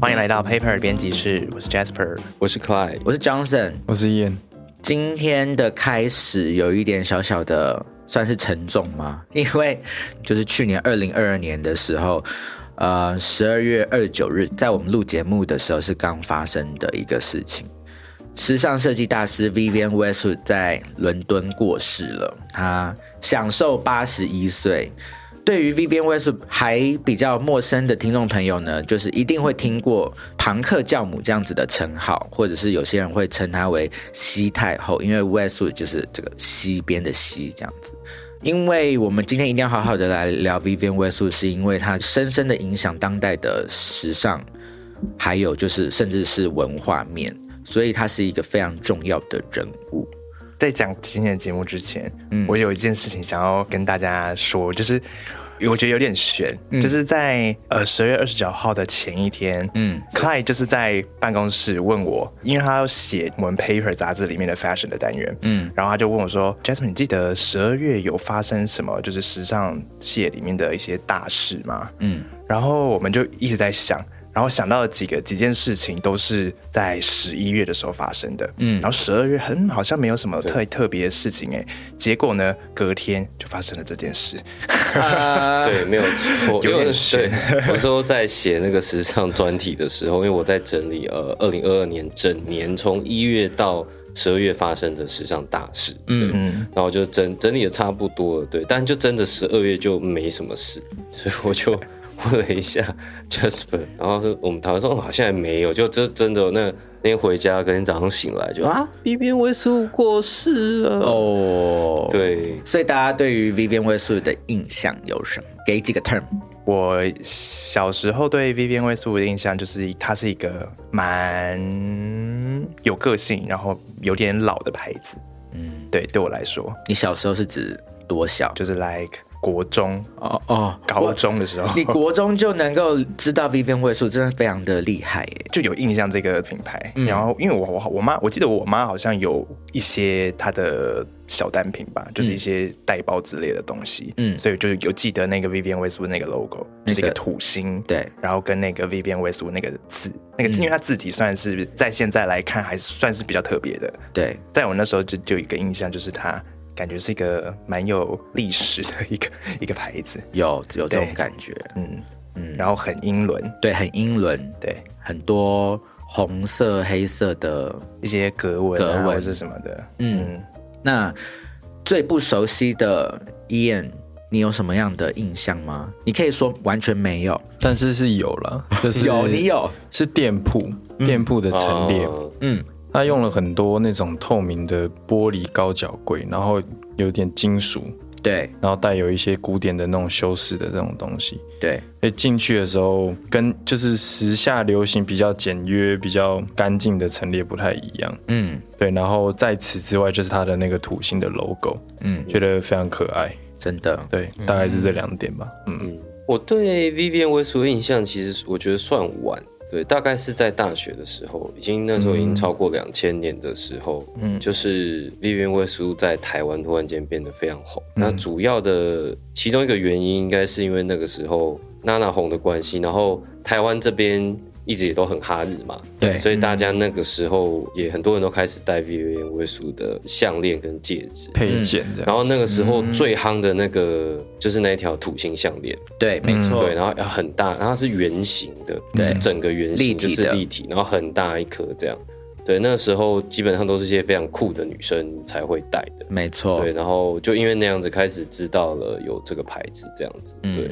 欢迎来到 Paper 编辑室，我是 Jasper。我是 Clyde，我是 Johnson。我是燕，今天的开始有一点小小的算是沉重吗？ 因为就是去年二零二二年的时候，呃，十二月二十九日，在我们录节目的时候是刚发生的一个事情。时尚设计大师 Vivian Westwood 在伦敦过世了，她享受八十一岁。对于 Vivian Westwood 还比较陌生的听众朋友呢，就是一定会听过“庞克教母”这样子的称号，或者是有些人会称她为“西太后”，因为 Westwood 就是这个西边的西这样子。因为我们今天一定要好好的来聊 Vivian Westwood，是因为她深深的影响当代的时尚，还有就是甚至是文化面，所以她是一个非常重要的人物。在讲今天的节目之前，嗯我有一件事情想要跟大家说，就是我觉得有点悬，就是在呃十二月二十九号的前一天，嗯嗯，Clyde 就是在办公室问我，因为他要写我们 Paper 杂志里面的 Fashion 的单元，嗯嗯，然后他就问我说，Jasmine，你记得十二月有发生什么就是时尚界里面的一些大事吗？嗯然后我们就一直在想，然后想到了几个几件事情都是在十一月的时候发生的，嗯，嗯然后十二月很好像没有什么特特别的事情哎、结果呢隔天就发生了这件事，对，没有错，啊 有因为点悬对，我说在写那个时尚专题的时候，因为我在整理呃二零二二年整年从一月到十二月发生的时尚大事，对，嗯，然后就整整理的差不多了，对，但就真的十二月就没什么事，所以我就问了一下 Jasper，然后说我们讨论说哦好像还没有，就这真的那那天回家，隔天早上醒来就啊，B B 维素过世了，哦，对，所以大家对于 Vivian Westwood 的印象有什么？给几个 term？我小时候对 Vivian Westwood 的印象就是她是一个蛮有个性，然后有点老的牌子，嗯，对，对我来说你小时候是指多小？就是 like 国中、哦哦，高中的时候你国中就能够知道 Vivian Westwood，真的非常的厉害耶。就有印象这个品牌。嗯然后因为我我我妈，我记得我妈好像有一些她的小单品吧，就是一些带包之类的东西。嗯，嗯所以就有记得那个 Vivian Westwood 那个 logo，就是一个那个土星。。对，嗯然后跟那个 Vivian Westwood 那个字，那个、因为它字体算是在现在来看还是算是比较特别的，对，在我那时候就就有一个印象，就是它感觉是一个蛮有历史的一个 一个牌子，有有这对种感觉。嗯嗯，然后很英伦，对，很英伦，对很多红色、黑色的。一些格纹、啊、格纹或者什么的，嗯，那最不熟悉的 Ian，你有什么样的印象吗？你可以说完全没有。但是是有了，就是有你有是店铺店铺的陈列，哦嗯，它用了很多那种透明的玻璃高脚柜，然后有点金属，对然后带有一些古典的那种修饰的这种东西。对，所以进去的时候跟就是时下流行比较简约、比较干净的陈列不太一样。嗯对，然后在此之外就是它的那个土星的 logo，嗯，觉得非常可爱。真的，对，大概是这两点吧。嗯，我对 Vivian Westwood 的印象，其实我觉得算晚，对，大概是在大学的时候，已经那时候已经超过两千年的时候，嗯，就是 Vivian Westwood 在台湾突然间变得非常红。那主要的其中一个原因，应该是因为那个时候娜娜红的关系，然后台湾这边。一直也都很哈日嘛，对所以大家那个时候也很多人都开始戴 Vivian Westwood 的项链跟戒指，配件这样。然后那个时候最夯的那个就是那一条土星项链，嗯对，没错，对，然后要很大，然后它是圆形的，对是整个圆形，立体就的是立体，然后很大一颗这样。对，那时候基本上都是一些非常酷的女生才会戴的。没错对，，然后就因为那样子开始知道了有这个牌子这样子，嗯对。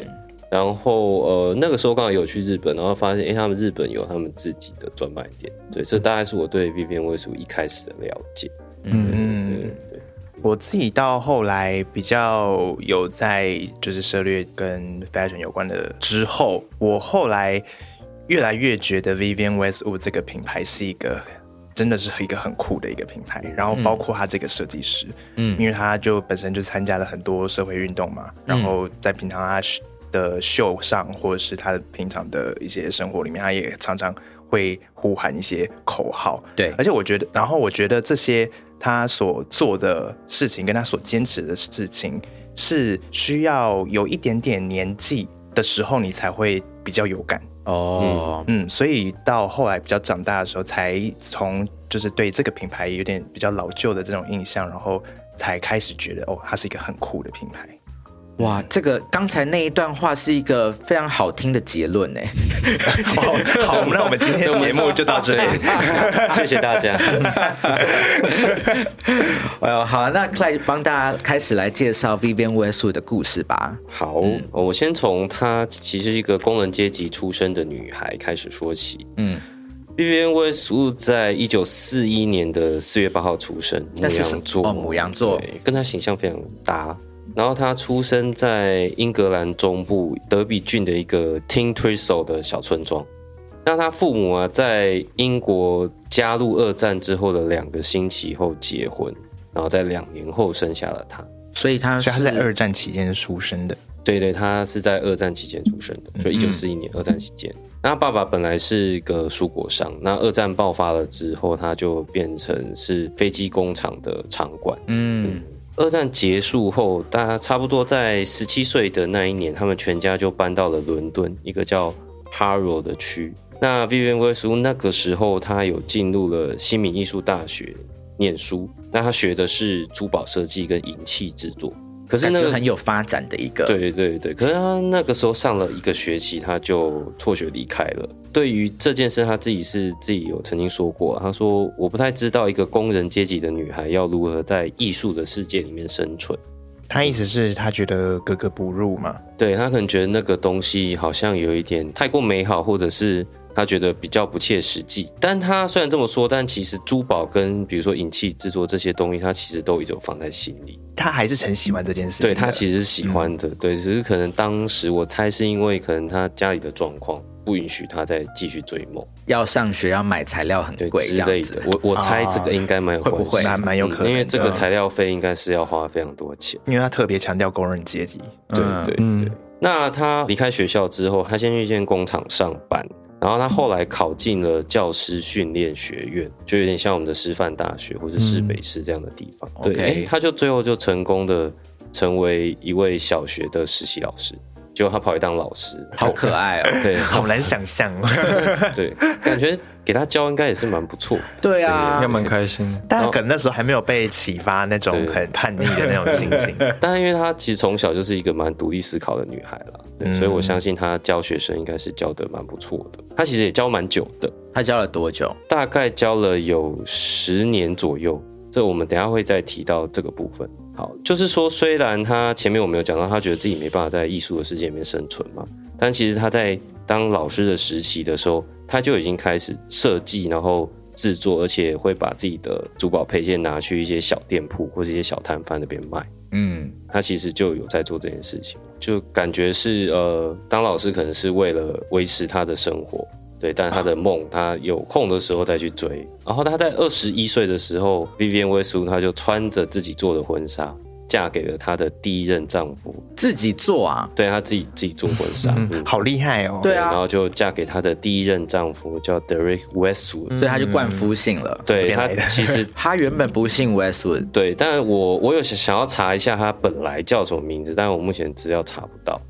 然后呃，那个时候刚好有去日本，然后发现哎，诶他们日本有他们自己的专卖店，对，这大概是我对 B B 卫数一开始的了解。嗯对，我自己到后来比较有在就是涉猎跟 fashion 有关的之后，我后来越来越觉得 Vivian Westwood 这个品牌是一个真的是一个很酷的一个品牌，然后包括他这个设计师，嗯，因为他就本身就参加了很多社会运动嘛，然后在平常他的秀上或者是他的平常的一些生活里面，他也常常会呼喊一些口号，对而且我觉得，然后我觉得这些他所做的事情跟他所坚持的事情，是需要有一点点年纪的时候，你才会比较有感。哦，嗯，所以到后来比较长大的时候，才从就是对这个品牌有点比较老旧的这种印象，然后才开始觉得哦，它是一个很酷的品牌。 哇，这个刚才那一段话是一个非常好听的结论呢。好，好，那我们今天的节目就到这里。对， 谢谢大 家。哎呦，好，那 Clay 帮大家开始来介绍 Vivian Westwood 的故事吧。好，嗯哦我先从她其实一个工人阶级出身的女孩开始说起。嗯， Vivian Westwood 在一九四一年的四月八号出生，母那是什羊座哦母羊座对，跟她形象非常搭。然后她出生在英格兰中部德比郡的一个 Tin t r i s o 的小村庄。那她父母啊，在英国加入二战之后的两个星期后结婚，然后在两年后生下了她。所以他所是以他在二战期间是出生的，对对，他是在二战期间出生的，就一九四一年二战期间。那他爸爸本来是个蔬果商，那二战爆发了之后，他就变成是飞机工厂的场管。嗯二战结束后，大家差不多在十七岁的那一年，他们全家就搬到了伦敦一个叫 Harrow 的区。那 Vivian Westwood 那个时候，他有进入了新民艺术大学念书，那他学的是珠宝设计跟银器制作。可是感那觉个很有发展的一个。，对对对，可是他那个时候上了一个学期，他就辍学离开了。对于这件事，他自己是自己有曾经说过，啊他说我不太知道一个工人阶级的女孩要如何在艺术的世界里面生存。他意思是他觉得格格不入嘛，对他可能觉得那个东西好像有一点太过美好，或者是他觉得比较不切实际。但他虽然这么说，但其实珠宝跟比如说银器制作这些东西，他其实都一直有放在心里。他还是很喜欢这件事情对的。嗯他其实是喜欢的，对，只是可能当时我猜是因为可能他家里的状况不允许他再继续追梦，要上学要买材料很对贵，这之类样子的。。我我猜这啊个应该蛮有会关不系，嗯会蛮蛮有可能的因为这个材料费应该是要花非常多钱。因为他特别强调工人阶 级，对嗯对嗯对。那他离开学校之后，他先去一间工厂上班，然后他后来考进了教师训练学院，就有点像我们的师范大学或是市北市这样的地嗯方。对， OK 诶他就最后就成功的成为一位小学的实习老师，结果他跑去当老师，好可爱哦！对好难想象 哦。对，感觉给他教应该也是蛮不错。对啊应该，蛮开心的。大家可能那时候还没有被启发那种对很叛逆的那种心情。但因为她其实从小就是一个蛮独立思考的女孩啦，对，所以我相信她教学生应该是教的蛮不错的。她其实也教蛮久的，他教了多久？大概教了有十年左右。这我们等一下会再提到这个部分。好，就是说，虽然她前面我们有讲到，她觉得自己没办法在艺术的世界里面生存嘛，但其实她在当老师的时期的时候，她就已经开始设计，然后制作，而且会把自己的珠宝配件拿去一些小店铺或是一些小摊贩那边卖。嗯，他其实就有在做这件事情，就感觉是呃，当老师可能是为了维持他的生活，对，但他的梦，他有空的时候再去追。然后他在二十一岁的时候，Vivian Westwood 她就穿着自己做的婚纱，嫁给了她的第一任丈夫，自己做啊。对她自己自己做婚纱，嗯好厉害哦！对然啊，后就嫁给她的第一任丈夫叫 Derek Westwood，、所以他就冠夫姓了。嗯这对边他来的其实他原本不姓 Westwood，对，但我我有想想要查一下他本来叫什么名字，但我目前资料查不到。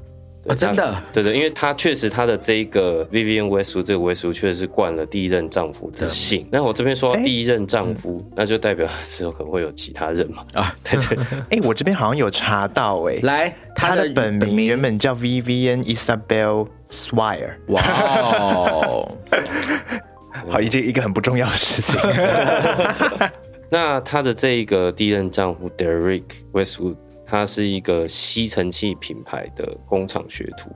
对哦真的？他对对，因为他确实他的这一个 Vivian Westwood 这个 Westwood 确实是冠了第一任丈夫的姓。那我这边说到哎第一任丈夫，那就代表 他之后可能会有其他人嘛？啊，对对，哎，我这边好像有查到哎，来他的的本名原本叫 Vivian Isabel Swire，哇哦，好，一件一个很不重要的事情。那她的这一个第一任丈夫 Derek Westwood，他是一个吸尘器品牌的工厂学徒，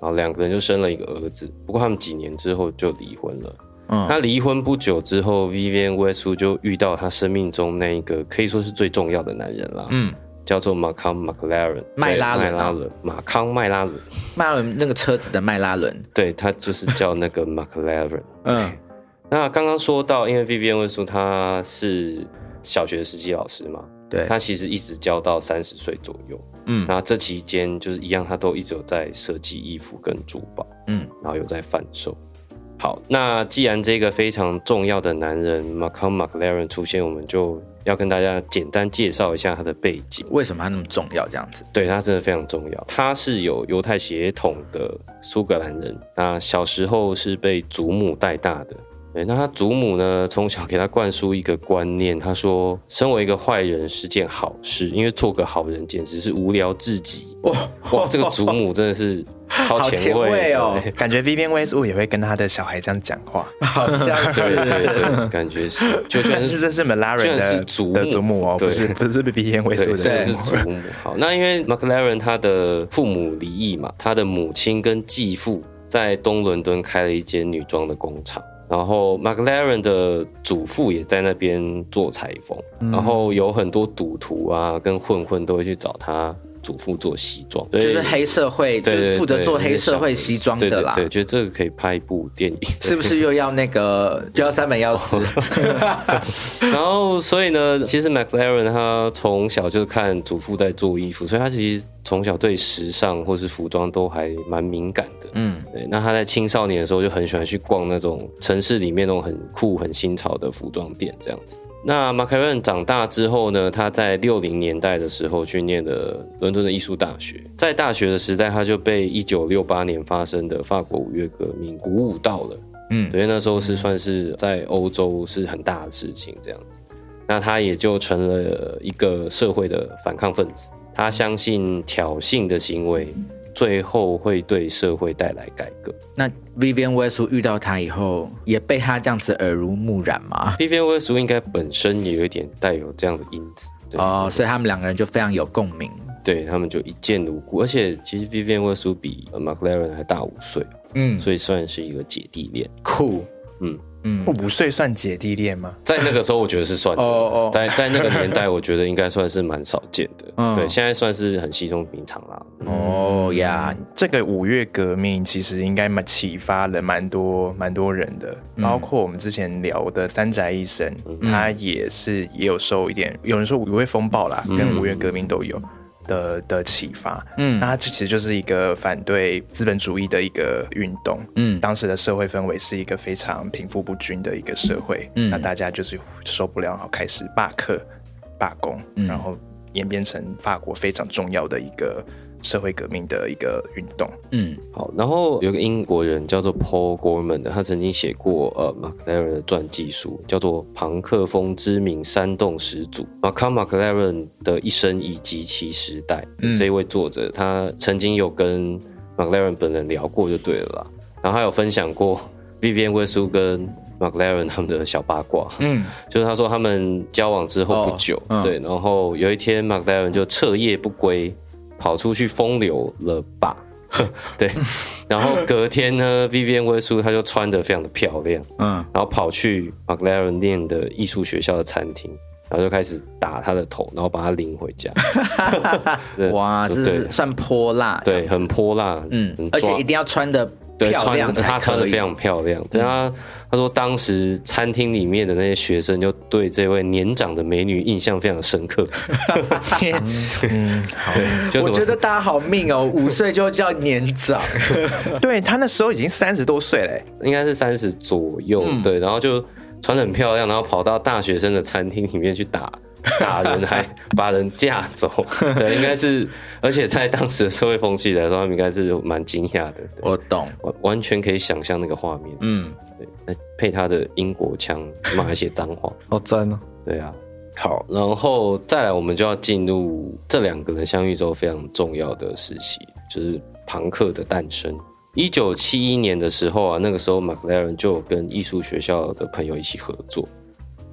然后两个人就生了一个儿子。不过他们几年之后就离婚了。嗯他离婚不久之后，Vivian Westwood 就遇到他生命中那一个可以说是最重要的男人啦，嗯，叫做马康 McLaren 麦拉伦啊对麦拉伦，马康麦拉伦，迈拉伦那个车子的迈拉伦，对他就是叫那 个 McLaren。嗯，那刚刚说到，因为 Vivian Westwood 他是小学的实习老师嘛，对，他其实一直教到三十岁左右，嗯然后这期间就是一样，他都一直有在设计衣服跟珠宝，嗯，然后有在贩售。好，那既然这个非常重要的男人 Malcolm McLaren 出现，我们就要跟大家简单介绍一下他的背景。为什么它那么重要？这样子，对他真的非常重要。他是有犹太血统的苏格兰人，那小时候是被祖母带大的。对，那他祖母呢，从小给他灌输一个观念，他说，身为一个坏人是件好事，因为做个好人简直是无聊至极。哇哇，这个祖母真的是超好前卫前卫哦 对感觉 Vivian Westwood 也会跟他的小孩这样讲话， 好像对是对对，感觉是，就 算但是这是 m a l a r 居 a 然是的祖母的祖母哦，对不是不是 Vivian 对， Westwood 这的是祖祖母。母。好，那因为 McLaren 他的父母离异嘛，他的母亲跟继父在东伦敦开了一间女装的工厂。然后 McLaren 的祖父也在那边做裁缝，嗯然后有很多赌徒啊跟混混都会去找他祖父做西装，所以就是黑社会，就对对是对负责做黑社会那些小西装的啦，对对对，觉得这个可以拍一部 电影，是不是又要那个就要三本 要四？哦然后，所以呢，其实 McLaren 他从小就看祖父在做衣服，所以他其实从小对时尚或是服装都还蛮敏感的。嗯，对，那他在青少年的时候就很喜欢去逛那种城市里面那种很酷、很新潮的服装店这样子。那 McLaren 长大之后呢，他在六零年代的时候去念了伦敦的艺术大学，在大学的时代，他就被一九六八年发生的法国五月革命鼓舞到了。嗯对，因为那时候是算是在欧洲是很大的事情这样子。那他也就成了一个社会的反抗分子，他相信挑衅的行为最后会对社会带来改革。那 Vivian Westwood 遇到他以后，也被他这样子耳濡目染嘛？ B V V 叔应该本身也有一点带有这样的因子，对，哦，所以他们两个人就非常有共鸣。对他们就一见如故，而且其实 Vivian w e s t w o 比呃 McLaren 还大五岁，嗯，所以算是一个姐弟恋。酷，嗯，嗯，哦五岁算姐弟恋吗？在那个时候，我觉得是算的。哦哦在在那个年代，我觉得应该算是蛮少见的。嗯对，现在算是很稀松平常啦。嗯哦呀，这个五月革命其实应该蛮启发了蛮多蛮多人的，包括我们之前聊的三宅一生，他也是也有受一点，有人说五月风暴啦，跟五月革命都有。的的启发，嗯，那它其实就是一个反对资本主义的一个运动，嗯当时的社会氛围是一个非常贫富不均的一个社会，嗯那大家就是受不了，然后开始罢课、罢工，然后演变成法国非常重要的一个社会革命的一个运动。嗯，好，然后有个英国人叫做 Paul Gorman 的，他曾经写过呃 McLaren 的传记书，叫做《庞克风之名煽动始祖》，Malcolm McLaren 的一生以及其时代。嗯这一位作者他曾经有跟 McLaren 本人聊过，就对了啦。然后他有分享过 Vivian w e s t w o 跟 McLaren 他们的小八卦，嗯，就是他说他们交往之后不久，哦嗯对，然后有一天 McLaren 就彻夜不归，跑出去风流了吧。 对，然后隔天呢，Vivian w e s t w o 她就穿得非常的漂亮，嗯，然后跑去 McLaren 念的艺术学校的餐厅，然后就开始打她的头，然后把她拎回 家。对哇，这对是算泼辣，，啊对，很泼辣，嗯很，而且抓一定要穿的对，漂亮穿才她穿可的以嗯非。常漂亮。对她，她说当时餐厅里面的那些学生就对这位年长的美女印象非常深 刻，嗯，好。就我什觉么得大家好命哦，五岁就叫年 长，对他那时候已经三十多岁嘞，应该是三十左右，嗯对，然后就穿的很漂亮，然后跑到大学生的餐厅里面去打。打人 还把人架走，对，应该是，而且在当时的社会风气来说，他们应该是蛮惊讶的，对我懂，完完全可以想象那个画面，嗯，对，那配他的英国腔骂一些脏话，好赞哦！对啊，好，然后再来，我们就要进入这两个人相遇之后非常重要的时期，就是庞克的诞生。一九七一年的时候啊，那个时候 McLaren 就有跟艺术学校的朋友一起合作，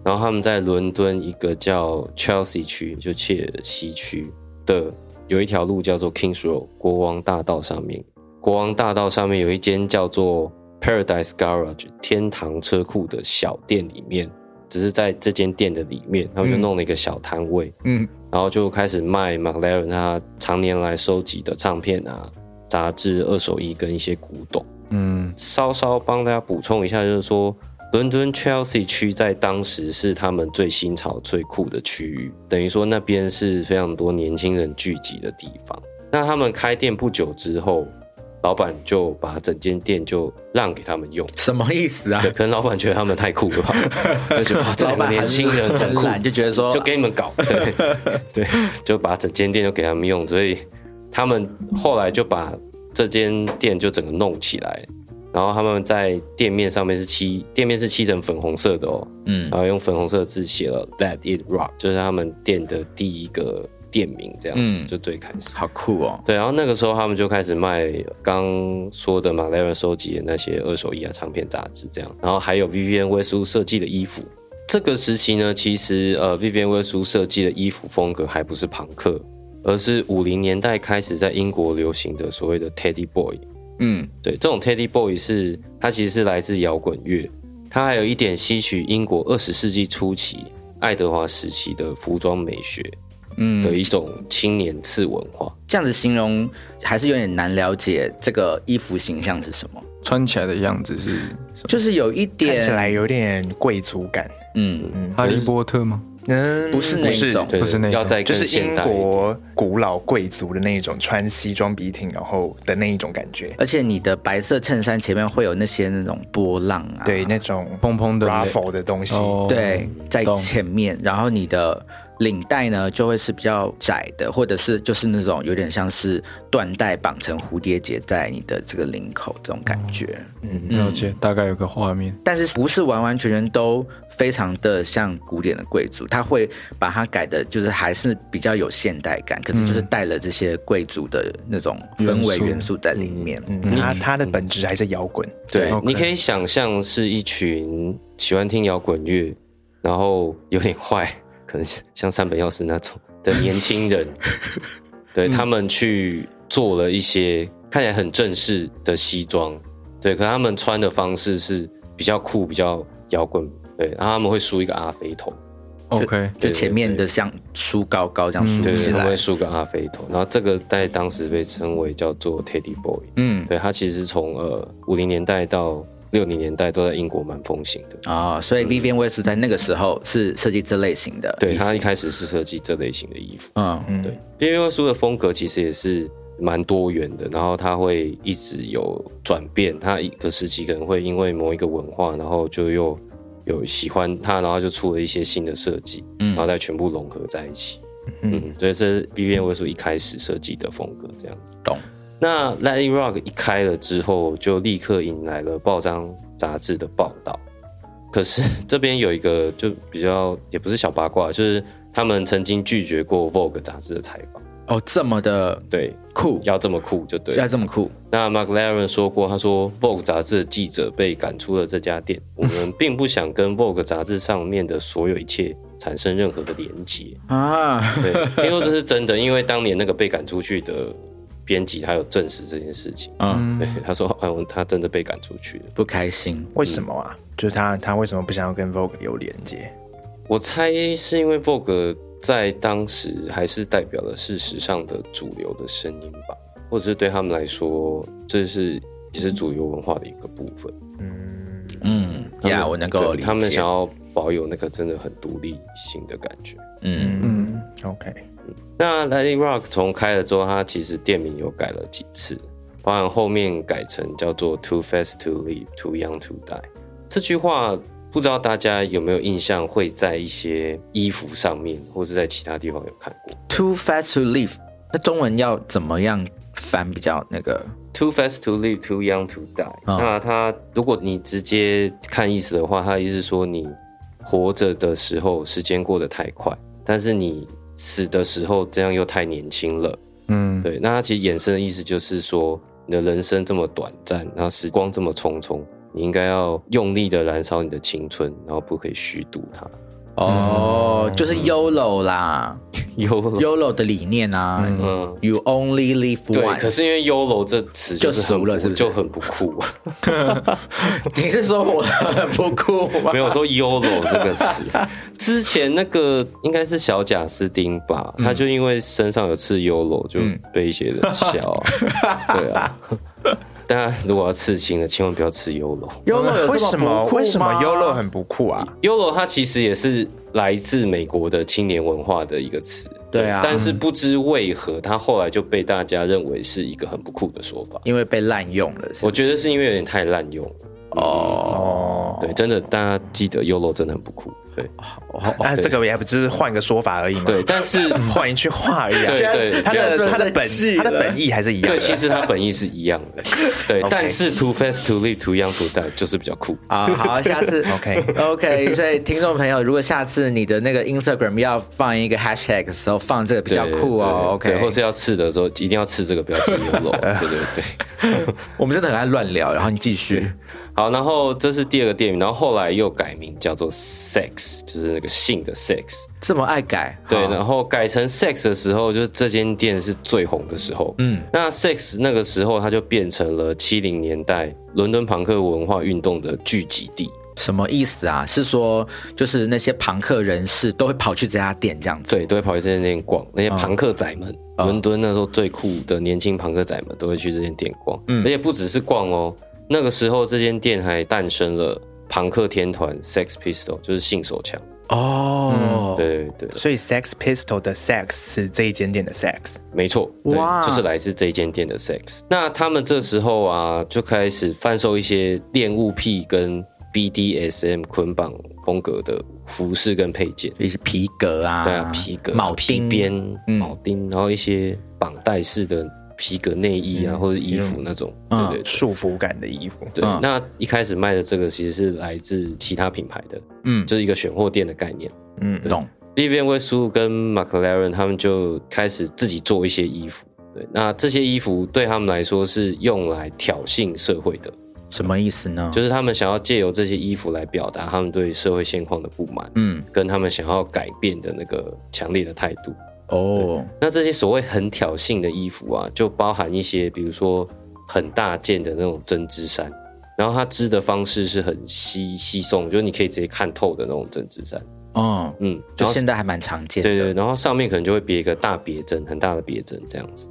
然后他们在伦敦一个叫 Chelsea 区，就切尔西区的有一条路叫做 Kings Road 国王大道上面，国王大道上面有一间叫做 Paradise Garage 天堂车库的小店里面，只是在这间店的里面，他们就弄了一个小摊位，嗯，然后就开始卖 McLaren 他常年来收集的唱片啊、杂志、二手衣跟一些古董。嗯，稍稍帮大家补充一下，就是说，伦敦 Chelsea 区在当时是他们最新潮、最酷的区域，等于说那边是非常多年轻人聚集的地方。那他们开店不久之后，老板就把整间店就让给他们用。什么意思啊对，？可能老板觉得他们太酷 了吧，就觉得哇这老两个板年很轻人很酷，懒，就觉得说就给你们 搞，对对，就把整间店都给他们用，所以他们后来就把这间店就整个弄起来，然后他们在店面上面是漆，店面是漆成粉红色的哦，嗯然后用粉红色的字写了 Let It Rock，就是他们店的第一个店名这样子，嗯就最开始。好酷哦，对，然后那个时候他们就开始卖刚说的马莱尔收集的那些二手衣啊、唱片、杂志这样，然后还有 Vivian w e s t w 设计的衣服。这个时期呢，其实呃，Vivian w e s t w 设计的衣服风格还不是朋克，而是五零年代开始在英国流行的所谓的 Teddy Boy。嗯对，这种 Teddy Boy 是它其实是来自摇滚乐，它还有一点吸取英国二十世纪初期爱德华时期的服装美学嗯的一种青年次文化。这样子形容还是有点难了解这个衣服形象是什么，穿起来的样子是什就是有一看起点，来有点贵族感。嗯，么哈利波特吗？嗯，不是那种对不是那种要再就更是现英代一点。国古老贵族的那一种穿西装笔挺，然后的那一种感觉，而且你的白色衬衫前面会有那些那种波浪啊，对那种蓬蓬的 ruffle 的东西，哦，对，在懂前面，然后你的领带呢就会是比较窄的，或者是就是那种有点像是缎带绑成蝴蝶结在你的这个领口这种感觉，了解，大概有个画面。但是不是完完全全都非常的像古典的贵族，他会把它改的，就是还是比较有现代感，可是就是带了这些贵族的那种氛围元素元素在里面。嗯，它它的本质还是摇滚，对， OK 你可以想象是一群喜欢听摇滚乐，然后有点坏， 可能像三本耀司那种的年轻 人，对他们去做了一些看起来很正式的西装，对，可他们穿的方式是比较酷、比较摇滚，对，然后他们会梳一个阿飞头， OK，就前面的像梳高高这样梳嗯对，起他们来会，梳个阿飞头，然后这个在当时被称为叫做 Teddy Boy。嗯，对，它其实从呃五零年代到六零年代都在英国蛮风行的。哦，所以 Vivian w e s t 在那个时候是设计这类型的，嗯对，，它一开始是设计这类型的衣服。嗯，对，边缘书的风格其实也是蛮多元的，然后它会一直有转变，它一个时期可能会因为某一个文化，然后就又有喜欢它，然后就出了一些新的设计，嗯然后再全部融合在一起。嗯，所以这是 B B N 位数一开始设计的风格这样子。懂。那 Let It Rock 一开了之后，就立刻引来了报章杂志的报道。可是这边有一个就比较也不是小八卦，就是他们曾经拒绝过 Vogue 杂志的采访。哦，这么的对，酷，要这么酷就对要了。这么酷，那 McLaren 说过，他说 Vogue 杂志的记者被赶出了这家店，我们并不想跟 Vogue 杂志上面的所有一切产生任何的连接。啊，对， 听说这是真的，因为当年那个被赶出去的编辑，他有证实这件事情。嗯，对，他说，嗯，他真的被赶出去了。不开心，为什么啊？就是他他为什么不想要跟 Vogue 有连接？我猜是因为 Vogue 在当时还是代表的是时尚的主流的声音吧，或者是对他们来说，这是也是主流文化的一个部分。嗯，他们呀，我能够对理解，他们想要保有那个真的很独立性的感觉。嗯，嗯，OK，那 Lady Rock 从开了之后，它其实店名有改了几次，包含后面改成叫做 Too Fast to Live, Too Young to Die。这句话不知道大家有没有印象，会在一些衣服上面，或是在其他地方有看过。 Too fast to leave，那中文要怎么样翻比较那个？ Too fast to live, too young to die、嗯那它如果你直接看意思的话，它的意思是说你活着的时候时间过得太快，但是你死的时候这样又太年轻了。嗯，对，那它其实衍生的意思就是说，你的人生这么短暂，然后时光这么匆匆，你应该要用力的燃烧你的青春，然后不可以虚度它。哦，就是嗯 YOLO 啦优柔， ，YOLO 的理念啊嗯， ，You only live 对，可 once。是因为优柔这词就是很就俗了不是不是就很不酷，你是说我很不酷吗 没？有说优柔这个 词。之前那个应该是小贾斯汀吧，嗯他就因为身上有刺优柔，就被一些人笑嗯啊， 对啊。大家如果要刺青的，千万不要吃优柔。 ，YOLO 有呃为这什么么不酷吗为什么 Yolo 很不酷啊？ Yolo 它其实也是来自美国的青年文化的一个词，对啊，但是不知为何，他后来就被大家认为是一个很不酷的说法。因为被滥用了，是我不是觉得是因为有点太滥用了。哦，对，真的，大家记得 YOLO 真的很不酷。对啊，这个也不只是换个说法而已嘛，哦对，但 是换一句话而已啊。对对他的他的本他的意本意还是一样的。对，其实它本意是一样的。对 OK，但是 too fast, too late, too young, too die 就是比较酷。啊， 好，下次 OK OK，所以听众朋友，如果下次你的那个 Instagram 要放一个 hashtag 的时候，放这个比较对酷哦。对对 OK，或是要刺的时候一定要刺这个，不要刺 YOLO。对对对。我们真的很爱乱聊，然后你继续。好，然后这是第二个店名，然后后来又改名叫做 Sex，就是那个性的 Sex。这么爱改，对，好然后改成 Sex 的时候，就是这间店是最红的时候。嗯，那 Sex 那个时候，它就变成了七零年代伦敦朋克文化运动的聚集地。什么意思啊？是说就是那些朋克人士都会跑去这家店这样子？对，都会跑去这间店逛。那些朋克仔们，嗯伦敦那时候最酷的年轻朋克仔们都会去这间店逛，而且不只是逛哦。那个时候，这间店还诞生了朋克天团 Sex Pistol，就是性手枪。哦，对对对，所以 Sex Pistol 的 Sex 是这一间店的 Sex。没错，哇哇，就是来自这一间店的 Sex。那他们这时候啊，就开始贩售一些恋物癖跟 BDSM 捆绑风格的服饰跟配件。就是皮革啊，对啊，皮革、铆皮钉鞭、嗯铆钉，然后一些绑带式的皮革内衣啊，或者衣服那种。嗯对对对。束缚感的衣服。对嗯那一开始卖的这个其实是来自其他品牌的，嗯，就是一个选货店的概念。嗯，懂。 Vivian Westwood 跟 McLaren 他们就开始自己做一些衣服。对，那这些衣服对他们来说是用来挑衅社会的，什么意思呢？就是他们想要借由这些衣服来表达他们对社会现况的不满，嗯，跟他们想要改变的那个强烈的态度。哦，那这些所谓很挑衅的衣服啊，就包含一些，比如说很大件的那种针织衫，然后它织的方式是很稀稀松，就是你可以直接看透的那种针织衫。嗯，嗯，就然后现在还蛮常见的。对对，然后上面可能就会别一个大别针，很大的别针这样子。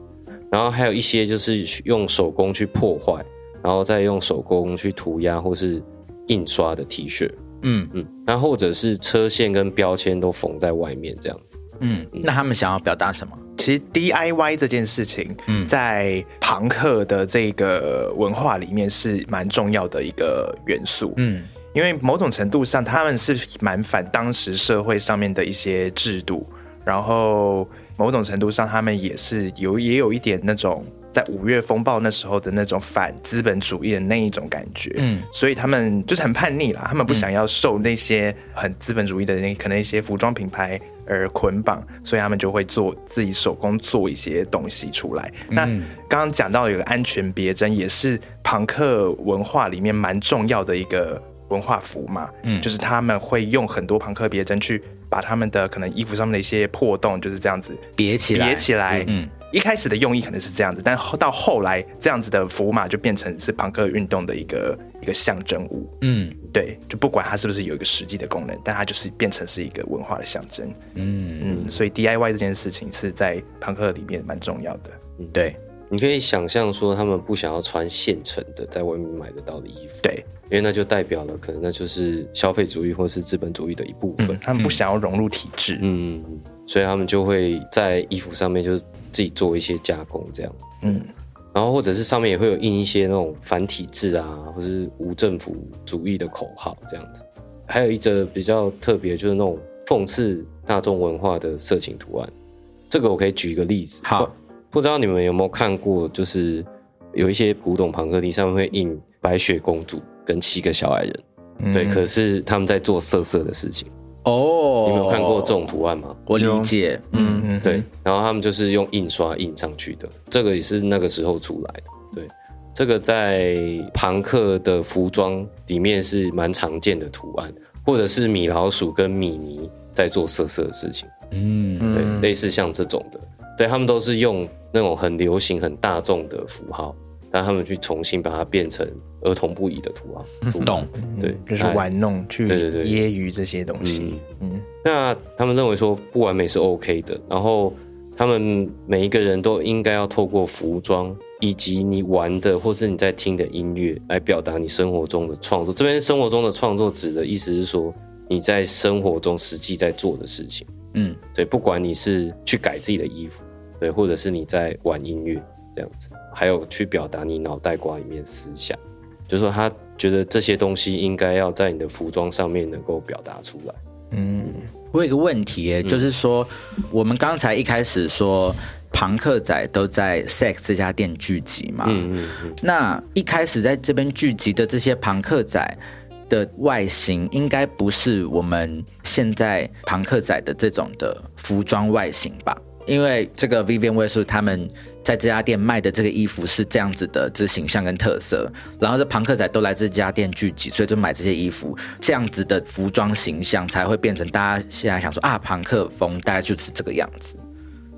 然后还有一些就是用手工去破坏，然后再用手工去涂鸦或是印刷的 T 恤，嗯嗯，那或者是车线跟标签都缝在外面这样子。嗯，那他们想要表达什么？其实 DIY 这件事情，嗯在朋克的这个文化里面是蛮重要的一个元素。嗯，因为某种程度上，他们是蛮反当时社会上面的一些制度，然后某种程度上，他们也是有也有一点那种在五月风暴那时候的那种反资本主义的那一种感觉，嗯，所以他们就是很叛逆啦，他们不想要受那些很资本主义的那可能一些服装品牌而捆绑，所以他们就会做自己手工做一些东西出来。那刚刚讲到有个安全别针，也是朋克文化里面蛮重要的一个文化符嘛，嗯就是他们会用很多朋克别针去把他们的可能衣服上面的一些破洞就是这样子别起来，别起来，嗯嗯。一开始的用意可能是这样子，但后到后来这样子的符码就变成是朋克运动的一个一个象征物。嗯对，就不管它是不是有一个实际的功能，但它就是变成是一个文化的象征。嗯，嗯，所以 DIY 这件事情是在朋克里面蛮重要的。对，你可以想象说，他们不想要穿现成的，在外面买得到的衣服，对，因为那就代表了可能那就是消费主义或是资本主义的一部分。他们不想要融入体制。嗯，所以他们就会在衣服上面就是自己做一些加工，这样。嗯，然后或者是上面也会有印一些那种繁体字啊，或是无政府主义的口号这样子。还有一则比较特别，就是那种讽刺大众文化的色情图案。这个我可以举一个例子。好不，不知道你们有没有看过，就是有一些古董庞克地上面会印白雪公主跟七个小矮人，对，可是他们在做色色的事情。哦，你们有看过这种图案吗？我理解，嗯，嗯，对，然后他们就是用印刷印上去的，这个也是那个时候出来的。对，这个在朋克的服装里面是蛮常见的图案，或者是米老鼠跟米妮在做色色的事情，嗯，对，类似像这种的，对他们都是用那种很流行、很大众的符号，让他们去重新把它变成儿童不宜的图案。图案嗯懂，对，就是那玩弄去对对对揶揄这些东西。嗯那他们认为说不完美是 OK 的，然后他们每一个人都应该要透过服装以及你玩的或是你在听的音乐来表达你生活中的创作。这边生活中的创作指的意思是说你在生活中实际在做的事情，嗯，对，不管你是去改自己的衣服，对，或者是你在玩音乐这样子，还有去表达你脑袋瓜里面思想，就是说他觉得这些东西应该要在你的服装上面能够表达出来。嗯，我有一个问题耶，就是说，我们刚才一开始说朋克仔都在 Sex 这家店聚集嘛，嗯嗯嗯，那一开始在这边聚集的这些朋克仔的外形，应该不是我们现在朋克仔的这种的服装外形吧？因为这个 Vivian w e s t 他们在这家店卖的这个衣服是这样子的，这形象跟特色。然后这朋克仔都来这家店聚集，所以就买这些衣服，这样子的服装形象才会变成大家现在想说啊，朋克风大概就是这个样子。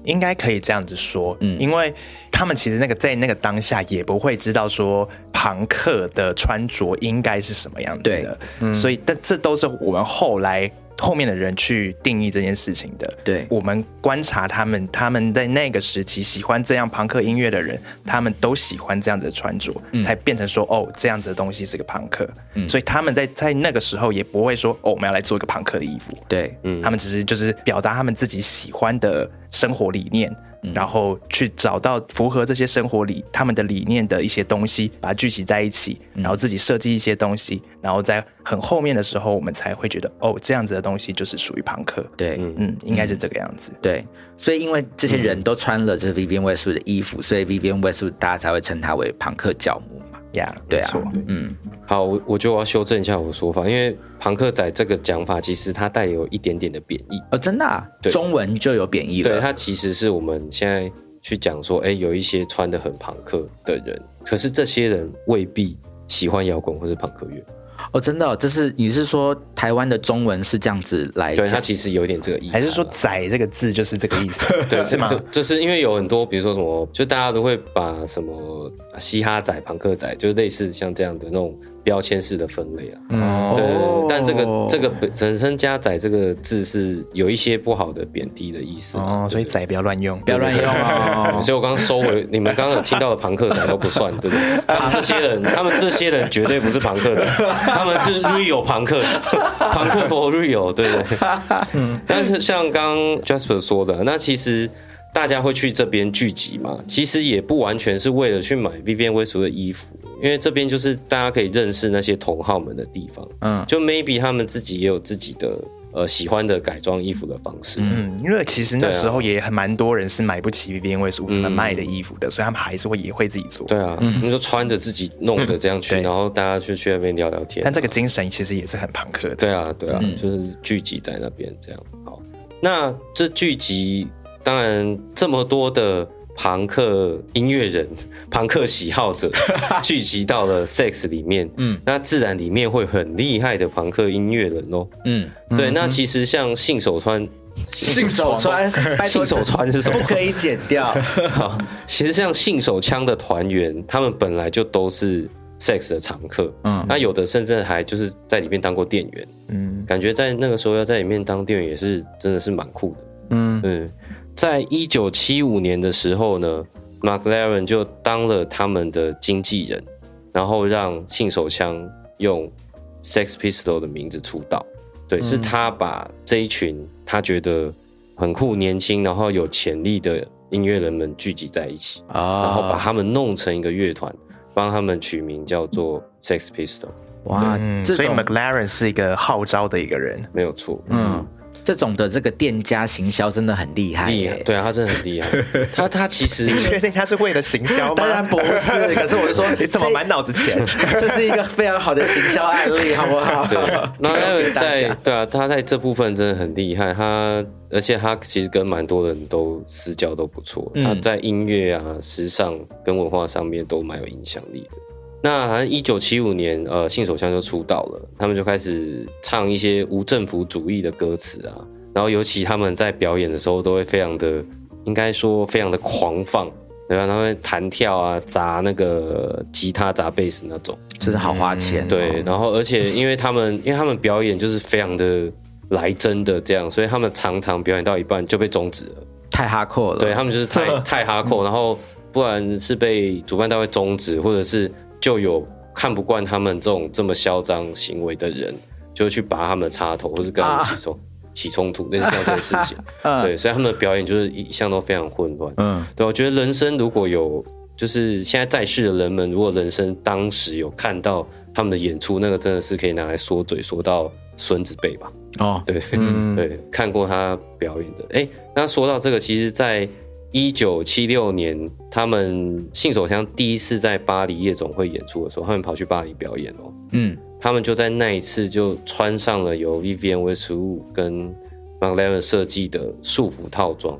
应该可以这样子说，因为他们其实那个在那个当下也不会知道说朋克的穿着应该是什么样子的，所以但这都是我们后来后面的人去定义这件事情的。对我们观察他们，他们在那个时期喜欢这样朋克音乐的人，他们都喜欢这样子的穿着，才变成说哦，这样子的东西是个朋克。所以他们在在那个时候也不会说哦，我们要来做一个朋克的衣服。对，他们只是就是表达他们自己喜欢的生活理念，嗯然后去找到符合这些生活理他们的理念的一些东西，把它聚集在一起，嗯然后自己设计一些东西，然后在很后面的时候，我们才会觉得哦，这样子的东西就是属于朋克。对，嗯，应该是这个样子。对，所以因为这些人都穿了这 Vivian Westwood 的衣服，所以 Vivian Westwood 大家才会称她为朋克教母嘛。呀、对没啊错，嗯，好，我我觉得我要修正一下我的说法，因为朋克仔这个讲法其实它带有一点点的贬义，哦，真的、啊，对中文就有贬义了。啊对，它其实是我们现在去讲说，哎、有一些穿的很朋克的人，可是这些人未必喜欢摇滚或是朋克乐，哦，真的哦、这是你是说台湾的中文是这样子来对，它讲？其实有点这个意思。还是说“仔”这个字就是这个 意思，对，是吗？就就是因为有很多，比如说什么，就大家都会把什么嘻哈仔、朋克仔，就是类似像这样的那种标签式的分类啊。哦对对对，但这哦个这个本身“加仔”这个字是有一些不好的贬低的意思啊哦，所以“仔”不要乱用， 不要乱用对 哦。所以我刚刚收回，你们刚刚有听到的朋克仔都不算，对不对？ 他们这些人，他们这些人绝对不是朋克仔，他们是 real 朋克，朋克 for real，对不对？嗯但是像刚刚 Jasper 说的，那其实大家会去这边聚集嘛，其实也不完全是为了去买 Vivian Westwood 的衣服，因为这边就是大家可以认识那些同好们的地方，嗯，就 maybe 他们自己也有自己的呃喜欢的改装衣服的方式，啊嗯，因为其实啊那时候也很蛮多人是买不起 v i v i a 他嗯们卖的衣服的，所以他们还是会也会自己做。对啊，你就穿着自己弄的这样去，对然后大家就去那边聊聊天。但这个精神其实也是很朋克的。对啊，对啊，就是聚集在那边这样。好，那这聚集当然这么多的朋克音乐人、 朋克喜好者聚集到了 Sex 里面，嗯，那自然里面会很厉害的朋克音乐人哦。嗯，对，那其实像信手穿。信手 穿，拜托信手穿是什么不可以剪掉。好， 其实像信手枪的团员，他们本来就都是 sex 的常客，嗯嗯，那有的甚至还就是在里面当过店员，嗯，感觉在那个时候要在里面当店员也是真的是蛮酷的。嗯，嗯，在一九七五年的时候呢，McLaren 就当了他们的经纪人，然后让信手枪用 Sex Pistol 的名字出道。对，是他把这一群他觉得很酷、年轻，然后有潜力的音乐人们聚集在一起， 哦然后把他们弄成一个乐团，帮他们取名叫做 Sex Pistol，哇，嗯，这所以种 McLaren 是一个号召的一个人，没有错。嗯，这种的这个店家行销真的很厉害耶，厉害，对啊，他真的很厉害。他他其实 你确定他是为了行销吗？当然不是可是我就说你怎么这满脑子钱？ 这是一个非常好的行销案例，好不好？ 对，那提供给他大在家对啊，他在这部分真的很厉害。他而且他其实跟蛮多人都私交都不错，嗯他在音乐啊、时尚跟文化上面都蛮有影响力的。那好像一九七五年，呃，信手枪就出道了，他们就开始唱一些无政府主义的歌词啊，然后尤其他们在表演的时候都会非常的，应该说非常的狂放，对吧、他会弹跳啊，砸那个吉他、砸贝斯那种。真的好花钱、哦嗯对，，然后而 且因为他们，因为他们表演就是非常的来真的这样，所以他们常常表演到一半就被终止了。太哈扣了。对，他们就是 太太哈扣，然后不然是被主办单位终止，或者是就有看不啊惯他们这种这么嚣张行为的人，就去拔他们的插头，或是跟他们起冲。起冲突，类似像这样的事 情。对，所以他们的表演就是一向都非常混乱。嗯，对，啊我觉得人生如果有，就是现在在世的人们，如果人生当时有看到他们的演出，那个真的是可以拿来说嘴说到孙子辈吧。哦，对，嗯对，看过他表演的。哎，那说到这个，其实，在一九七六年，他们信手枪第一次在巴黎夜总会演出的时候，他们跑去巴黎表演哦。嗯，他们就在那一次就穿上了由 Vivian Westwood 跟 Mark Levin 设计的束缚套装，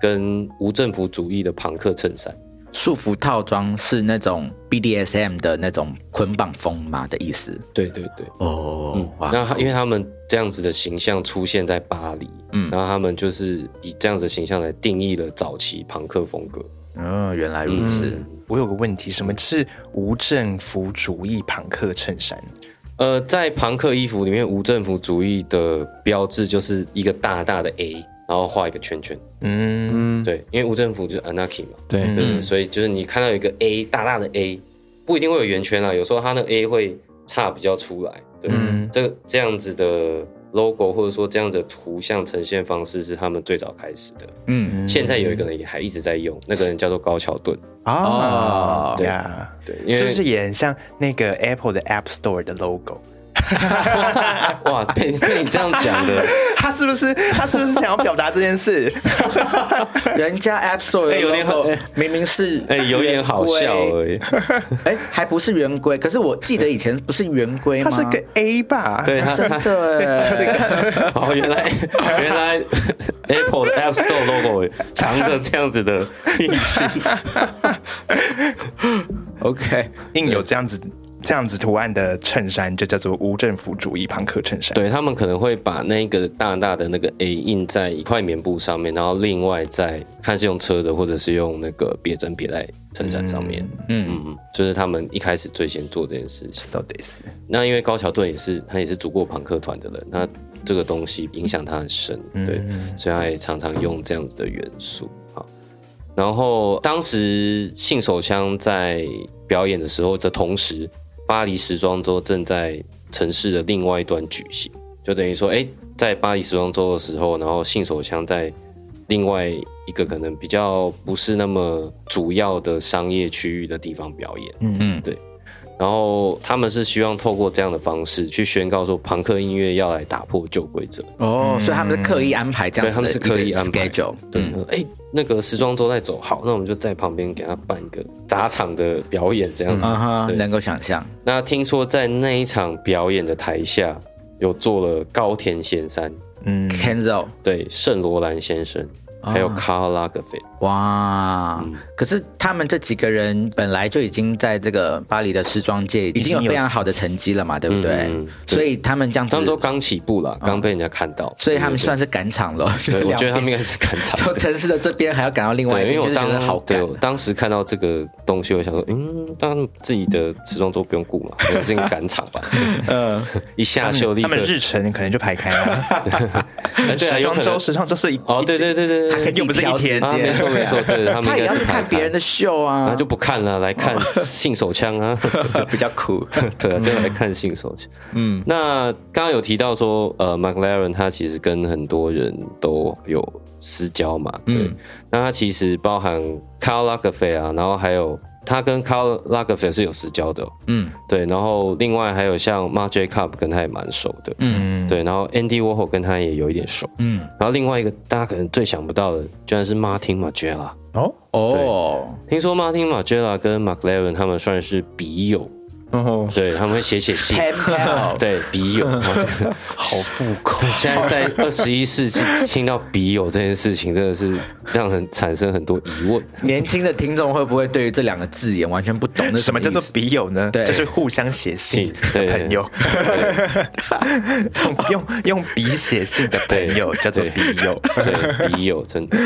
跟无政府主义的朋克衬衫。束缚套装是那种 BDSM 的那种捆绑风嘛的意思。对对对，哦，哇，那他因为他们这样子的形象出现在巴黎，嗯然后他们就是以这样子的形象来定义了早期朋克风格。嗯，原来如此。 我有个问题，什么是无政府主义朋克衬衫？呃，在朋克衣服里面，无政府主义的标志就是一个大大的 A，然后画一个圈圈。嗯，嗯，对，因为无政府就是 anarchy 嘛，对，对，嗯所以就是你看到有一个 A 大大的 A，不一定会有圆圈啦，有时候它那个 A 会差比较出来。对，嗯这个这样子的 logo 或者说这样子的图像呈现方式是他们最早开始的。嗯，现在有一个人也还一直在用，那个人叫做高桥盾。啊，哦对啊，对，因为是不是也很像那个 Apple 的 App Store 的 logo？ 哇，被被你这样 讲的， 他是不是他是不是想要表达这件 事？人家 App Store 哎有的点好 logo 明明是哎、有点好笑圆规而已。 哎，还不是圆规，可是我记得以前不是圆规他吗？哎是个 A 吧？对他，他 对， 哦，原来原来 Apple 的 App Store logo 藏着这样子的 意思。 OK，印有这样子这样子图案的衬衫，就叫做无政府主义朋克衬衫。对他们可能会把那个大大的那个 A 印在一块棉布上面，然后另外再看是用车的，或者是用那个别针别在衬衫上面。嗯嗯，就是他们一开始最先做这件事情。 ，so this，那因为高桥盾也是他也是组过朋克团的人，那这个东西影响他很深，对，所以他也常常用这样子的元素。好，然后当时信手枪在表演的时候的同时，巴黎时装周正在城市的另外一端举行，就等于说，哎、在巴黎时装周的时候，然后信手枪在另外一个可能比较不是那么主要的商业区域的地方表演。嗯，然后他们是希望透过这样的方式去宣告说，朋克音乐要来打破旧规则。哦，所以他们是刻意安排这嗯样对，子的，他们是刻意安排 schedule，对，哎、那个时装周在走，好，那我们就在旁边给他办一个砸场的表演，这样子。嗯哼，对能够想象，那听说在那一场表演的台下，有做了高田贤三、嗯 Kenzo，对圣罗兰先生，啊还有卡拉拉格菲。哇！嗯可是他们这几个人本来就已经在这个巴黎的时装界已经有非常好的成绩了嘛，对不对？嗯嗯所以他们这样子他，们都刚起步啦，刚被人家看到，啊所以他们算是赶场了。对，对我 觉得他们们应该是赶场的从。城市的这边还要赶到另外一对，因为我边，就是觉当得好赶对，。我当时看到这个东西，我想说，嗯，当然自己的时装周不用顾嘛，我先赶场 吧。嗯，一下秀立他刻们，日程可能就排开了。哎 对时啊，有装可能周，时装周是一哦，对对对对一对，又不是一天啊，没错没错，对，他们 他应该也要是去看排别人的秀开，啊那，就不看 了，来看性手枪啊，比较酷。 对啊，就来看性手枪。嗯，那刚刚有提到说，呃，McLaren 他其实跟很多人都有私交嘛，嗯对，那他其实包含 Carl Lagerfeld 啊，然后还有他跟 Carl Lagerfeld 是有私交的哦、嗯对，然后另外还有像 Marc Jacob 跟他也蛮熟的，嗯对，然后 Andy Warhol 跟他也有一点熟，嗯，然后另外一个大家可能最想不到的，居然是 Martin Margiela。哦，哦，听说 Martin Margiela 跟 McLaren 他们算是笔友，然后对他们会写 写信， pen pal 对笔友。哇这个好复古。 现在在二十一世纪听到笔友这件事情，真的是让人产生很多疑问。年轻的听众会不会对于这两个字眼完全不懂？那什么叫做意思笔友呢？对就是互相写信的 对朋友，用 用用笔写信的朋友叫做对笔友。对，笔友真的。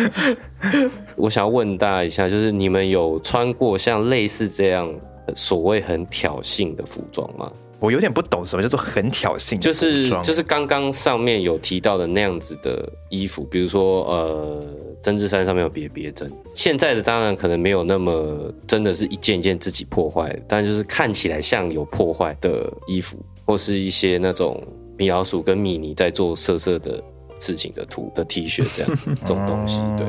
我想要问大家一下，就是你们有穿过像类似这样呃所谓很挑衅的服装吗？我有点不懂什么叫做很挑衅的就是服装，就是刚刚上面有提到的那样子的衣服，比如说呃，针织衫上面有别别针。现在的当然可能没有那么真的是一件一件自己破坏，但就是看起来像有破坏的衣服，或是一些那种米老鼠跟米妮在做色色的事情的图的 T 恤这样这种东西，对，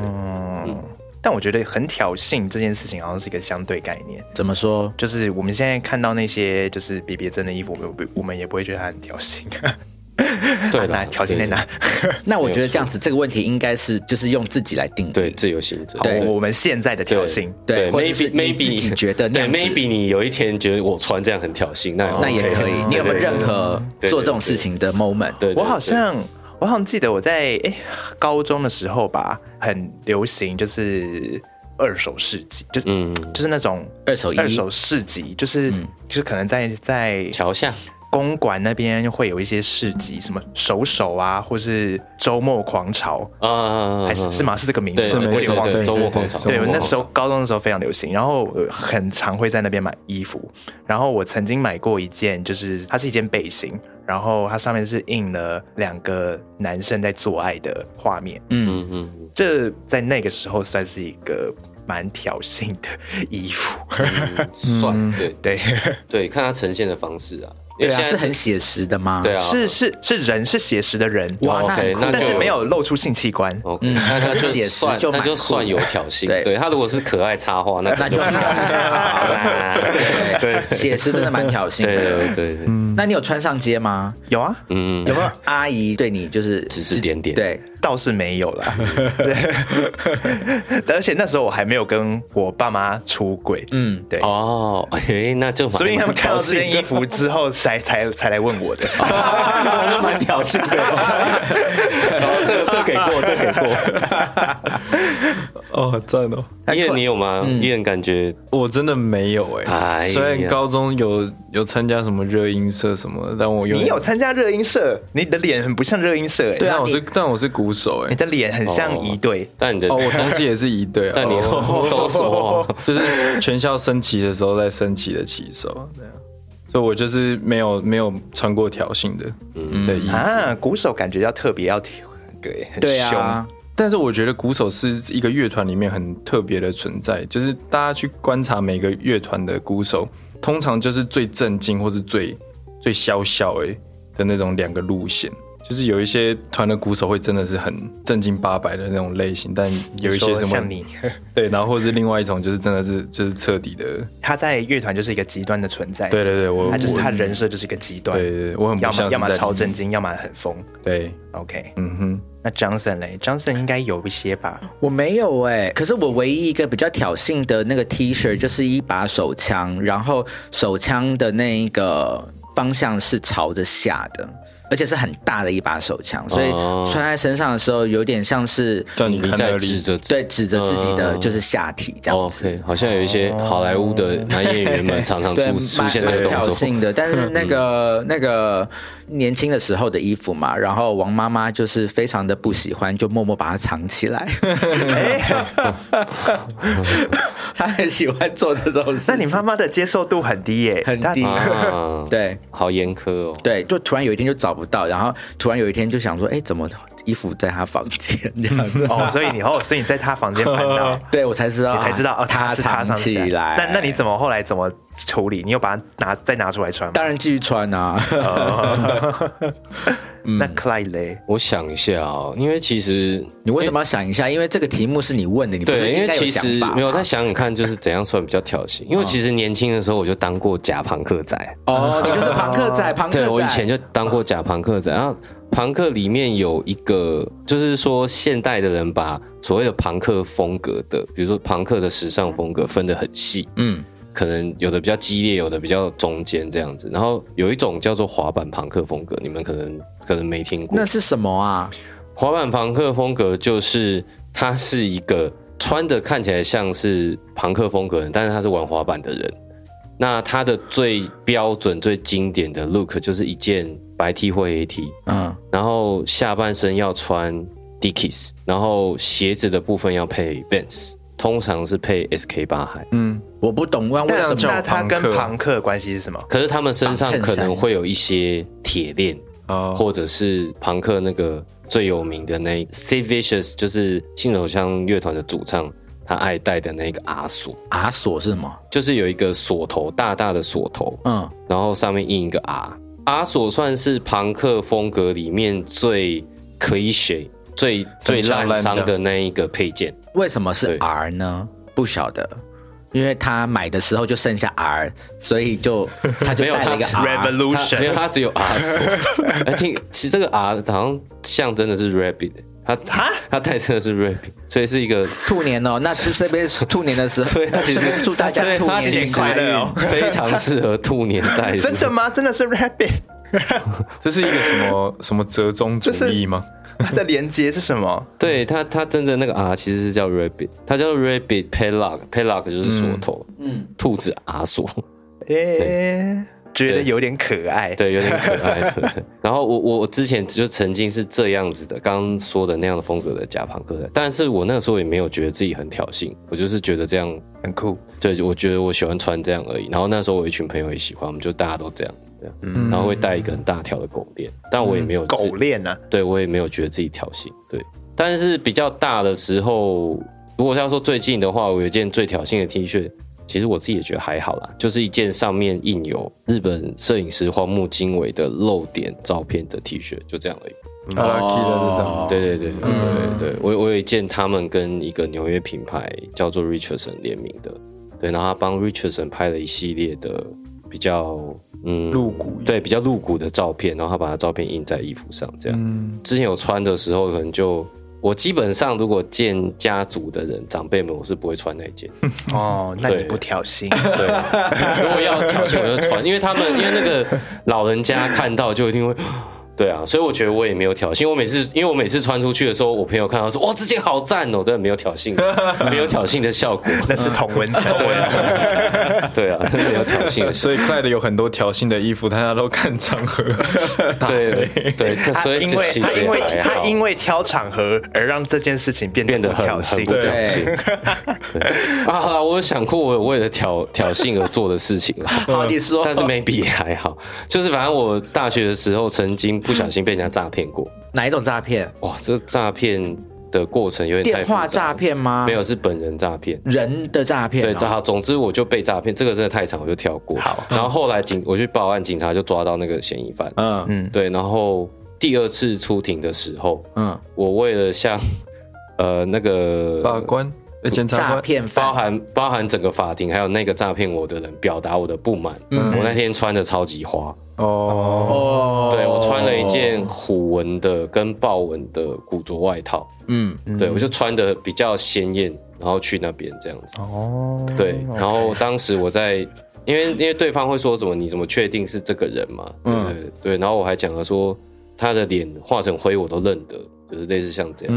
嗯，但我觉得很挑衅这件事情，好像是一个相对概念。怎么说？就是我们现在看到那些就是比别针的衣服，我们不我们也不会觉得它很挑衅。对 啊啦哪挑衅在哪？那我觉得这样子，这个问题应该是就是用自己来定义。对自由行者，好我我们现在的挑衅，对对或者是，maybe 你 maybe 自己觉得那对样子哦，maybe 你有一天觉得我穿这样很挑衅，那那也可以哦 OK，。嗯你有没有对对任何对对做这种事情的 moment？对，对我好对像我好像记得我在哎高中的时候吧，很流行就是二手市集，就是、嗯就是那种二手衣二手市集，就是、就是可能在在桥下，公馆那边会有一些市集，嗯什么手手啊，或是周末狂潮。啊，还是是吗？是这个名对？字吗？没我有错点忘记对了对，对周末广场，对，周我末那广时候场高中的时候非常流行，然后呃很常会在那边买衣服，然后我曾经买过一件，就是它是一件背心，然后它上面是印了两个男生在做爱的画面，嗯嗯，嗯这在那个时候算是一个蛮挑衅的衣服，嗯算对 对，对，看它呈现的方式啊，因对为啊，现在是很写实的吗？对啊，是是是人是写实的人，哇，哦那很 OK，酷那。但是就哦没有露出性器官， OK，那那嗯可就是写实算就蛮那就酷算的有挑衅，对对他如果是可爱插画，那那就可能挑衅啦 对，写实真的蛮挑衅对的。对对对，那你有穿上街吗？有啊，嗯，有没有阿姨对你就是指指点点对，倒是没有 啦，对， 而且那时候我还没有跟我爸妈出轨，嗯，对。哦，诶，那就蛮所以他们看到这件衣，蛮服之后才，才才来问 我的。挑衅的蛮挑衅 的。哦，这个这个给过，这个给过。哦，好赞哦！伊人你有吗？嗯伊人感觉我真的没有哎、哎呀虽然高中有有参加什么热音社什么的，但 我有你有参加热音社，你的脸很不像热音社哎、对啊，我是但我是鼓手哎、你的脸很像一队。但你的哦，我同时也是一 队啊， 但你哦都 说就是全校升旗的时候在升旗的旗手，对啊，所以我就是没有没有穿过挑衅的嗯嗯哦的衣服。啊，鼓手感觉要特别要挺对，很对凶。啊，但是我觉得鼓手是一个乐团里面很特别的存在，就是大家去观察每个乐团的鼓手，通常就是最震惊或是最最潇潇诶的那种两个路线。就是有一些团的鼓手会真的是很正经八百的那种类型，但有一说些什么 像你，对，然后或是另外一种就是真的是就是彻底的，他在乐团就是一个极端的存在。对对对，我他就是我他人设就是一个极端。对对对我很不要像么是要么在超震惊，要么很疯。对， OK，嗯哼，那 Johnson 嘞？Johnson 应该有一些吧？我没有哎、可是我唯一一个比较挑衅的那个 T 恤就是一把手枪，然后手枪的那一个方向是朝着下的，而且是很大的一把手枪，所以哦穿在身上的时候有点像是叫你你看在那指里，着对指着自己的嗯哦就是下体这样子。 OK，好像有一些好莱坞的男演员们常常出对，蛮出现这个蛮动挑作，嗯 衅的，但是那个那个年轻的时候的衣服嘛，然后王妈妈就是非常的不喜欢，就默默把它藏起来。嗯哎 她很喜欢做这种事那情，你妈妈的接受度很低耶、很低她啊， 对好严苛哦。对，就突然有一天就找不到，然后突然有一天就想说，哎，怎么衣服在她房间这样子？ 哦哦，所以你后，所以你在她房间翻 到，对我才知道，哦你才知道哦，啊她他是他藏上起来。那那你怎么后来怎么处理？你有把它拿再拿出来穿吗？哦当然继续穿啊。 那 Clyde 嘞？我想一下哦，因为其实你为什么要想一下？因为这个题目是你问的，你不是对，因应为该有其想实法嗯没有，吗但想想看，就是怎样算比较挑衅。因为其实年轻的时候我就当过假朋克仔，哦，你就是庞克仔，庞克仔。对我以前就当过假朋克仔。然后朋克里面有一个，就是说现代的人把所谓的朋克风格的，比如说朋克的时尚风格分得很细，嗯，可能有的比较激烈，有的比较中间这样子。然后有一种叫做滑板朋克风格，你们可能可能没听过那。是什么啊？滑板朋克风格就是他是一个穿的看起来像是朋克风格的人，但是他是玩滑板的人。那他的最标准、最经典的 look 就是一件白 T 或黑 T，嗯，然后下半身要穿 Dickies，然后鞋子的部分要配 Vans，通常是配 SK 八海。嗯，我不懂，问为那什叫那么？他跟朋克庞克关系是什么？可是他们身上绑衬可衫能会有一些铁链，哦，或者是朋克那个最有名的那 C Vicious，就是信手枪乐团的主唱，他爱戴的那个阿锁，阿啊锁是什么？就是有一个锁头，大大的锁头，嗯，然后上面印一个 R。阿锁算是朋克风格里面最 cliche 最最敲烂烂伤掉的那一个配件。为什么是对 R 呢？不晓得，因为他买的时候就剩下 R，所 以就他就没有带了一个他啊 R。它没有， Revolution，它只有 R 锁。哎，听，其实这个 R 好像象征的是 rabbit，它欸它它带真的是 rabbit，所以是一个，兔年哦，那是这 边是兔年的时候，所以它其实顺便祝大家所兔以它年其行实快乐哦 非常适合兔年戴。真的吗？真的是 Rabbit？ 这是一个什么什么折中主义吗？它的连接是什 么？对它，它真的那个 R 其实是叫 rabbit，它叫 rabbit padlock，padlock 就是锁头，嗯，兔子 R 锁，诶，觉得有点可爱。对，有点可爱。对然后我我我之前就曾经是这样子的，刚刚说的那样的风格的假朋克的，但是我那个时候也没有觉得自己很挑衅，我就是觉得这样很酷。对，我觉得我喜欢穿这样而已。然后那时候我有一群朋友也喜欢，我们就大家都这样，这样，然后会戴一个很大条的狗链，但我也没有自狗，链啊呢？对我也没有觉得自己挑衅，对。但是比较大的时候，如果要说最近的话，我有一件最挑衅的 T 恤，其实我自己也觉得还好啦，就是一件上面印有日本摄影师荒木经惟的露点照片的 T 恤，就这样而已。阿拉 K 的这种，对对对对对对，我我有一件他们跟一个纽约品牌叫做 Richardson 联名的，对，然后他帮 Richardson 拍了一系列的比较嗯露骨对比较露骨的照片，然后他把他照片印在衣服上，这样。嗯之前有穿的时候，可能就我基本上如果见家族的人长辈们，我是不会穿那一件。 哦，那对你不挑衅？对，如果要挑衅我就穿，因为他们因为那个老人家看到就一定会。 对啊，所以我觉得我也没有挑衅。我每次因为我每次穿出去的时候，我朋友看到说：“哇，这件好赞哦！”对，没有挑 衅，没有挑衅的效 果。啊那是同温 层，同温层。对啊， 没有挑衅的效所以 Clyde 有很多挑衅的衣服，大家都看 场合。 果。对对对，这所以因这为其他实因也为还他好，因为挑场合而让这件事情变变得得不很挑很衅啊不。挑对衅。对啊，好啦我有想过我有为了挑挑衅而做的事情 啦。好，你说，但是 maybe 也还好，就是反正我大学的时候曾经不小心被人家诈骗过。哪一种诈骗？哇，这诈骗的过程有点太电复杂话诈骗吗？没有，是本人诈骗。人的诈骗哦。对，诈总之我就被诈骗，这个真的太长，我就跳过。好，然后后来警我去报案，警察就抓到那个嫌疑犯。嗯嗯对，然后第二次出庭的时候，嗯，我为了向呃那个法 官、呃检察诈官，骗包犯含包含整个法庭，还有那个诈骗我的人，表达我的不满。我那天穿的超级花，哦，哦对我穿了一件虎纹的跟豹纹的古着外套，嗯，对我就穿的比较鲜艳，然后去那边这样子。哦，对，然后当时我在，因为因为对方会说什么，你怎么确定是这个人嘛？嗯，对对。然后我还讲了说，他的脸画成灰我都认得，就是类似像这样，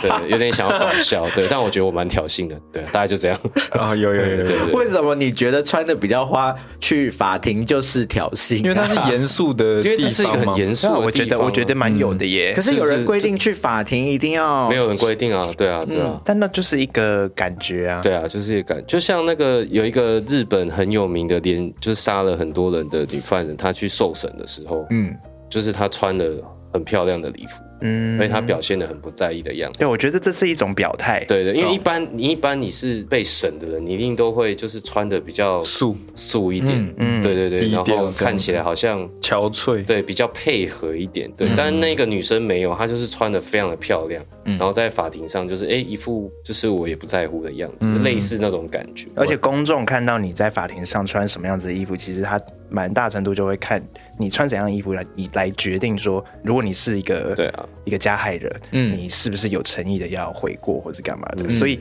对，有点想要搞笑，对，但我觉得我蛮挑衅的，对，大概就这样。啊，有有有对有有，对对为什么你觉得穿的比较花去法庭就是挑衅？啊因为它是严肃的地因为方嘛，这是一个很严肃的地方啊，嗯我觉得我觉得蛮有的耶可。是有是人是规定去法庭一定要没有人规定啊，对啊，对啊。但那就是一个感觉啊。对啊，就是一个感，就像那个有一个日本很有名的连，就是杀了很多人的女犯人，她去受审的时候，嗯，就是她穿了很漂亮的礼服，嗯，所以她表现的很不在意的样子。对，我觉得这是一种表态。对的，因为一般你一般你是被审的人，你一定都会就是穿的比较肃、素一点，对对对，低然调后这样看起来好像憔悴。对比较配合一点，嗯对，但那个女生没有，她就是穿的非常的漂亮，嗯然后在法庭上就是哎一副就是我也不在乎的样子，类似那种感觉，嗯而且公众看到你在法庭上穿什么样子的衣服，其实他蛮大程度就会看你穿怎样的衣服来，你来决定说，如果你是一个对啊，嗯一个加害人，你是不是有诚意的要悔过或是干嘛的？所以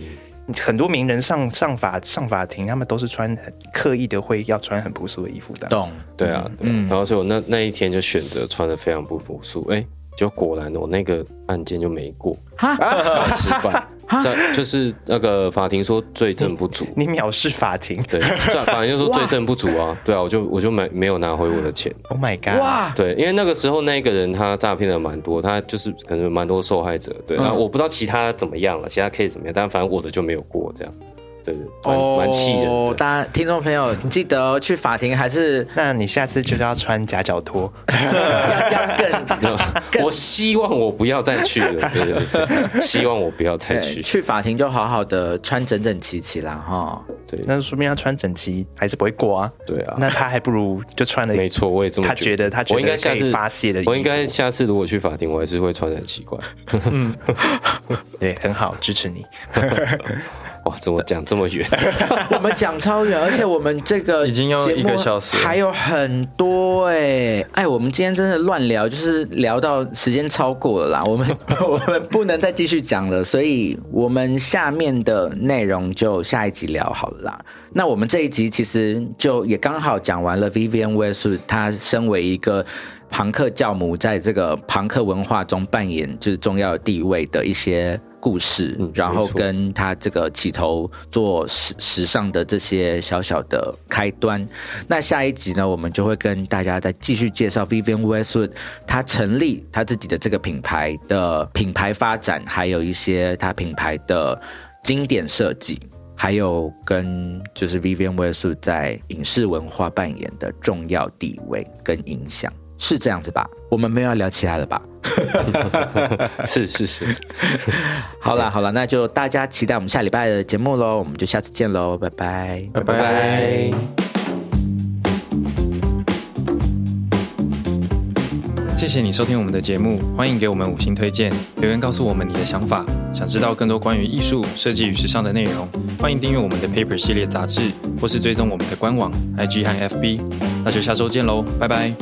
很多名人上上法上法庭，他们都是穿很刻意的会要穿很朴素的衣服的。懂对啊，对嗯啊然后所以我那那一天就选择穿的非常不朴素，哎、就果然我那个案件就没过，搞失败，这就是那个法庭说罪证 不足，你藐视法庭对，这法庭就说罪证不足啊，对啊，我就我就没没有拿回我的钱， ，Oh my god！哇，对，因为那个时候那个人他诈骗了蛮多，他就是可嗯能有蛮多受害者，对，然后我不知道其他怎么样了，其他可以怎么样，但反正我的就没有过这样，对对，哦蛮蛮气人的。哦大家听众朋友记得哦、去法庭还 是那你下次就是要穿夹脚拖， 要要 更我希望我不要再去了，对对 对，希望我不要再对去。去法庭就好好的穿整整齐齐啦哈。对那说明他穿整齐还是不会过啊。对啊那他还不如就穿了，没错，我也这么他觉觉得他觉得我应该下可次以发泄的衣服我应该下次如果去法庭，我还是会穿的很奇怪。对，很好，支持你。哇，怎么讲这么 远？ 我们讲超远，而且我们这个已经要节目一个小时了还有很多哎、哎，我们今天真的乱聊，就是聊到时间超过了啦， 我们我们不能再继续讲了，所以我们下面的内容就下一集聊好了啦。那我们这一集其实就也刚好讲完了 Vivian Westwood，她身为一个庞克教母，在这个庞克文化中扮演就是重要地位的一些故事，嗯然后没错跟。跟他这个起头做时时尚的这些小小的开端。那下一集呢，我们就会跟大家再继续介绍 Vivian Westwood 她成立她自己的这个品牌的品牌发展，还有一些她品牌的经典设计。还有跟就是 Vivian Westwood 在影视文化扮演的重要地位跟影响，是这样子吧？我们没有要聊其他的吧？是是是，好啦好啦，那就大家期待我们下礼拜的节目喽，我们就下次见喽，拜拜。拜拜。谢谢你收听我们的节目，欢迎给我们五星推荐，留言告诉我们你的想法。想知道更多关于艺术、设计与时尚的内容，欢迎订阅我们的 Paper 系列杂志，或是追踪我们的官网、IG 和 FB。那就下周见喽，拜拜。